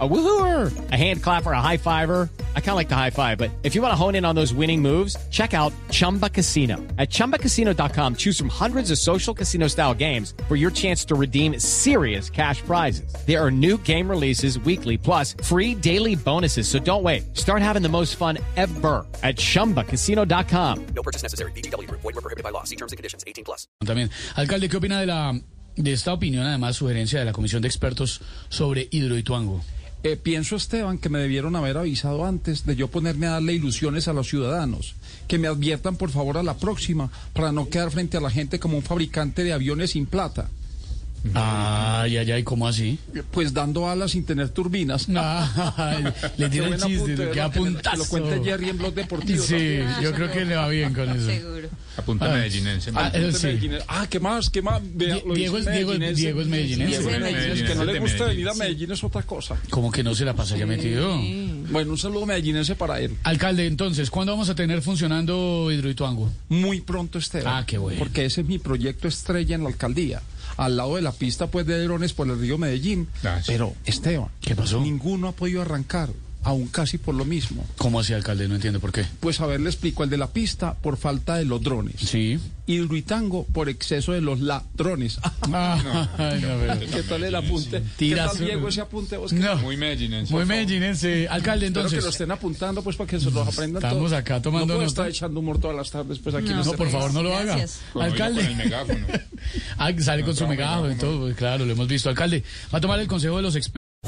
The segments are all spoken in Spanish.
A woohooer, a hand clapper, a high fiver. I kind of like the high five, but if you want to hone in on those winning moves, check out Chumba Casino. At chumbacasino.com, choose from hundreds of social casino style games for your chance to redeem serious cash prizes. There are new game releases weekly, plus free daily bonuses. So don't wait. Start having the most fun ever at chumbacasino.com. No purchase necessary. BGW. Void were prohibited by law. See terms and conditions. 18 plus. También, alcalde, ¿qué opina de la de esta opinión, además sugerencia de la comisión de expertos sobre Hidroituango? Eh, pienso, Esteban, que me debieron haber avisado antes de yo ponerme a darle ilusiones a los ciudadanos. Que me adviertan, por favor, a la próxima, para no quedar frente a la gente como un fabricante de aviones sin plata. Ah. Ay, ay, ay, ¿cómo así? Eh, Pues dando alas sin tener turbinas. Ah, Ay, le Qué tiene el buen chiste, apunte, qué ¿verdad? Que me- que apuntazo. Lo cuenta Jerry en Blog Deportivo. Sí, también. yo creo que le va bien con eso. Seguro. Apunta medellinense. Ah, Medellín. eh, Gente sí. medellines- Ah, ¿qué más? ¿Qué más? Vea, Die- lo Diego dice es- Diego- medellinense. Diego es medellinense. Diego es Diego es medellinense, Que no le medellinense, gusta venir a sí. Medellín es otra cosa. Como que no se la pasaría metido. Bueno, un saludo medellinense para él. Alcalde, entonces, ¿cuándo vamos a tener funcionando Hidroituango? muy pronto Esteban. Ah, qué bueno. Porque ese es mi proyecto estrella en la alcaldía. Al lado de la pista pues de drones por el río Medellín. Ah, sí. Pero Esteban, ¿Qué pasó? Ninguno ha podido arrancar, aún casi por lo mismo. ¿Cómo así, alcalde? No entiendo por qué. Pues a ver, le explico, el de la pista por falta de los drones. Sí. Hidroitango por exceso de los ladrones. Ah, Ay, no, pero- ¿Qué tal el apunte? ¿Qué Tirazo. tal Diego ese apunte? Oscar? No, Muy medellinense. muy por favor. medellinense. Alcalde, Espero que entonces. lo estén apuntando pues para que se los aprendan Estamos todos. acá tomando No puedo nota. estar echando humor todas las tardes pues aquí en No, este No, por país. favor, no lo Gracias. haga. Bueno, yo Alcalde. con el megáfono. Ah, que sale con su trajo megáfono y megáfono. todo, pues, claro, lo hemos visto. Alcalde, va a tomar el consejo de los expertos.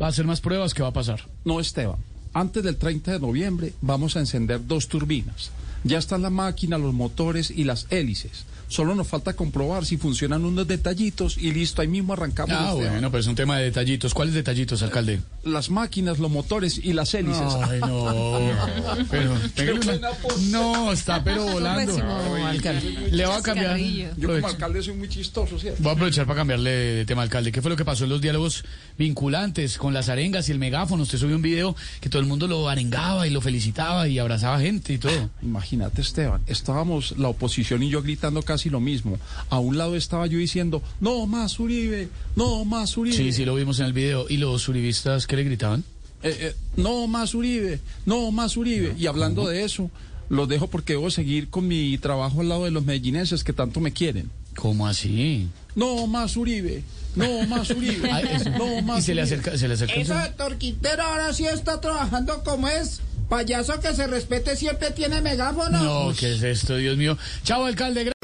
Va a hacer más pruebas. ¿Qué va a pasar? No, Esteban. Antes del 30 de noviembre vamos a encender dos turbinas. Ya está la máquina, los motores y las hélices. Solo nos falta comprobar si funcionan unos detallitos y listo, ahí mismo arrancamos. Ah, Esteban. bueno, pero es un tema de detallitos. ¿Cuáles detallitos, alcalde? Las máquinas, los motores y las hélices. Ah, Ay, no. Pero, téngale buen una- apunte. no, está pero volando. pésimo, alcalde. Le va a cambiar. Chascarrillo. Yo como Aprovecho. alcalde soy muy chistoso, ¿cierto? Voy a aprovechar para cambiarle de tema, alcalde. ¿Qué fue lo que pasó en los diálogos vinculantes con las arengas y el megáfono? Usted subió un video que todo el mundo lo arengaba y lo felicitaba y abrazaba gente y todo. Imagínate, Esteban, estábamos la oposición y yo gritando casi lo mismo. A un lado estaba yo diciendo, no más Uribe, no más Uribe. Sí, sí, lo vimos en el video. ¿Y los uribistas qué le gritaban? Eh, eh, no más Uribe, no más Uribe. Y hablando de eso, los dejo porque debo seguir con mi trabajo al lado de los medellinenses que tanto me quieren. ¿Cómo así? No más Uribe, no más Uribe, Ah, eso. no más y se le Uribe. acerca, se le acerca. Eso de Torquintero ahora sí está trabajando como es. Payaso que se respete siempre tiene megáfono. No, ¿qué es esto, Dios mío? Chao, alcalde. gra-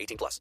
18 plus.